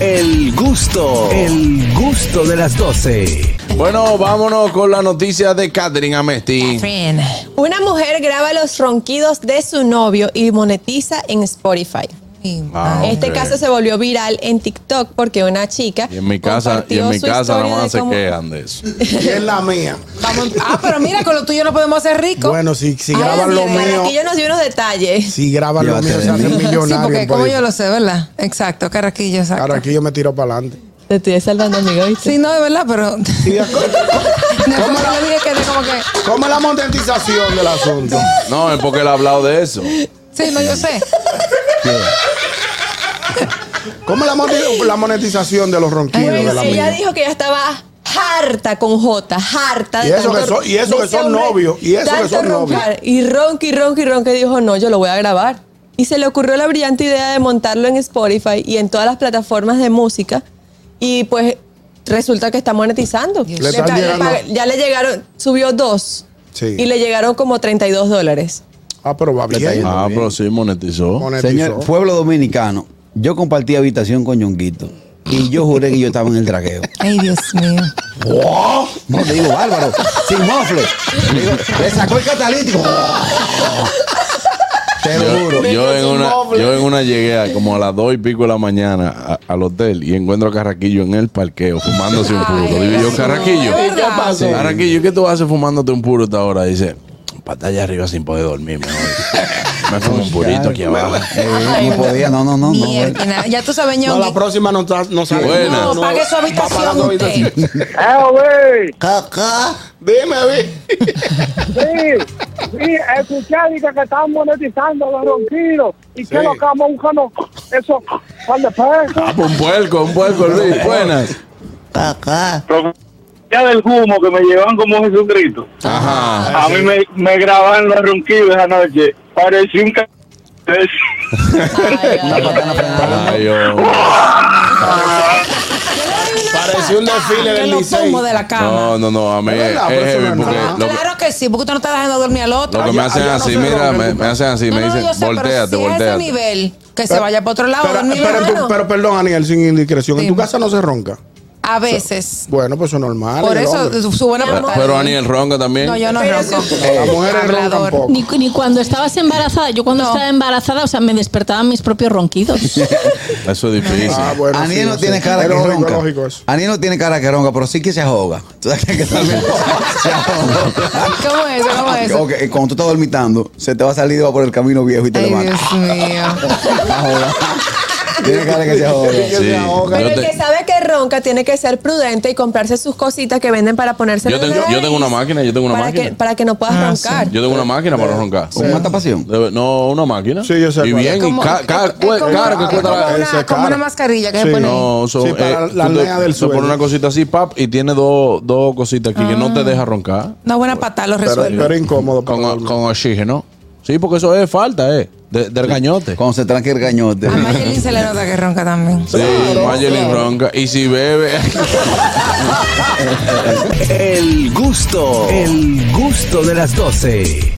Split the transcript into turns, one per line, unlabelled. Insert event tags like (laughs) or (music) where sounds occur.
El gusto, el gusto de las 12.
Bueno, vámonos con la noticia de Catherine Amesti.
Una mujer graba los ronquidos de su novio y monetiza en Spotify.
Ah,
Este
ok.
caso se volvió viral en TikTok porque una chica.
Y en mi casa, y en
compartió
mi
su
casa
historia
nada más
de
se
cómo-
quejan de eso.
Y es la mía.
Ah, pero mira, con lo tuyo no podemos ser ricos.
Bueno, si, si
Ay,
graban lo
mira,
Bueno,
mío,
aquí yo nos dio unos detalles.
si graban lo mío, se hacen
(laughs) sí,
millonarios.
porque como yo lo sé, ¿verdad? Exacto, Carraquillo, exacto.
Ahora aquí yo me tiro para adelante.
Te estoy salvando, amigo. ¿viste?
Sí, no, de verdad, pero. (laughs) ¿Cómo
la-
le dije que era como que.
¿Cómo es la monetización del asunto?
No, es porque él ha hablado de eso.
Sí, no, yo sé.
¿Cómo es la, moneti- la monetización de los ronquidos
Bueno,
de la
ella
mía?
dijo que ya estaba harta con J, harta de
Y eso
tanto-
que son- y eso
de
que
ese
son
hombre,
novios, y eso que
tanto
son novios.
roncar. Y ronca y ronca y ronca y dijo, no, yo lo voy a grabar. Y se le ocurrió la brillante idea de montarlo en Spotify y en todas las plataformas de música. Y pues resulta que está monetizando.
Le
están
pa-
llegando-
pa- ya le llegaron, subió dos.
Sí.
Y le llegaron como 32 dólares.
Ah, pero va bien.
Ah, pero sí monetizó.
Monetizó.
Señor, pueblo dominicano, yo compartí habitación con Yonguito y yo juré que yo estaba en el traqueo.
Ay, Dios mío.
No, te digo, bárbaro, sin mofle. Le digo, Le sacó el catalítico. Te lo
Yo,
juro.
yo en una,
Mofle.
yo en una llegué a como a las dos y pico de la mañana a- al hotel y encuentro a Carraquillo en el parqueo fumándose un puro. Digo yo, Carraquillo,
¿Es verdad?
Sí. Carraquillo, ¿qué tú haces fumándote un puro esta hora? Dice, pantalla arriba sin poder dormir, mejor. Me fumo un purito aquí abajo.
Eh, no podía, no, no, no. no.
Mierda. Ya tú sabes,
No,
ñongi.
la próxima no, tra- no sale.
Buena.
No, pague su
Va para
habitación
la
usted.
habitación.
Ah, güey.
Cacá. Dime, vi.
Sí, sí, escuché, dije que están monetizando los ronquidos. ¿Y
Sí.
qué lo cama un cano? Eso, par de pesos.
Ah, pues (laughs) un puerco, un puerco, Luis. Buenas.
Ya del humo que me llevan como Jesucristo.
Ajá.
A mí me, me grabaron los ronquidos esa noche. Parecía un ca... (laughs)
Ay, oh.
Pareció un desfile
Que
del
lo
Licey.
pongo de la cama.
No, no, no, a mí es
Es verdad, pero eso
heavy
no es
porque
nada.
lo que,
claro que sí, porque tú no estás dejando dormir al otro.
lo que me hacen
allá no
así,
se
mira,
rompe
me,
el
me hacen así,
No,
me
no,
dicen,
yo sé, pero
volteate,
si es ese
volteate.
nivel, que se vaya para otro lado a
Pero,
dormir.
pero en tu-
hermano.
pero perdón, Aniel, sin indiscreción. En tu
Dime.
casa no se ronca.
a veces.
Bueno, pues eso es normal.
Por
el
eso,
hombre.
su- su buena
Pero,
pregunta.
pero Aniel ronca también.
No, yo no
Pero
ronco.
eso-
Las mujeres roncan
Hablador.
poco.
Ni, ni cuando estabas embarazada, yo cuando
No.
estaba embarazada, o sea, me despertaban mis propios ronquidos.
Eso es difícil.
Ah, bueno,
Aniel
sí,
no
sí.
tiene cara
Es
que
lógico,
ronca.
lógico eso.
Aniel no tiene cara que ronca, pero sí que se ahoga. (laughs) ¿Tú sabes que también se ahoga?
¿Cómo es eso? ¿Cómo es eso?
Ok, cuando tú estás dormitando, se te va a salir y va por el camino viejo y te
Ay,
(laughs) levanta.
Dios mío.
Ah, joder. Tiene cara que se joda.
Que se
Sí.
ahoga.
Pero
Yo
el
te-
que sabe que ronca tiene que ser prudente y comprarse sus cositas que venden para ponerse
Yo tengo- yo tengo una máquina, yo tengo una
para
máquina.
Que, para que no puedas roncar.
Yo tengo una máquina para roncar.
¿Un matapasión?
Debe- No, una máquina.
Sí, yo sé
Y
cuál
bien,
es.
y (laughs) ca- ca-
es como-
cue- cara que
es
cuesta
como
la.
Ese
una, como
cara.
una mascarilla que
Sí.
se pone. ahí.
No, son,
Sí, para la
tú te-
lea del
te pone
suelo.
una cosita así, pap, y tiene dos dos cositas aquí que no
Ah.
te deja roncar.
Una buena patada lo
Pero,
resuelve.
pero incómodo. para
Con,
dormir.
con oxígeno. Sí, porque eso es falta, ¿eh? de- del gañote.
Cuando se tranque el gañote.
A Mayelin se le nota que ronca también.
Sí, Mayelin ronca. Y si bebe.
El gusto, el gusto de las 12.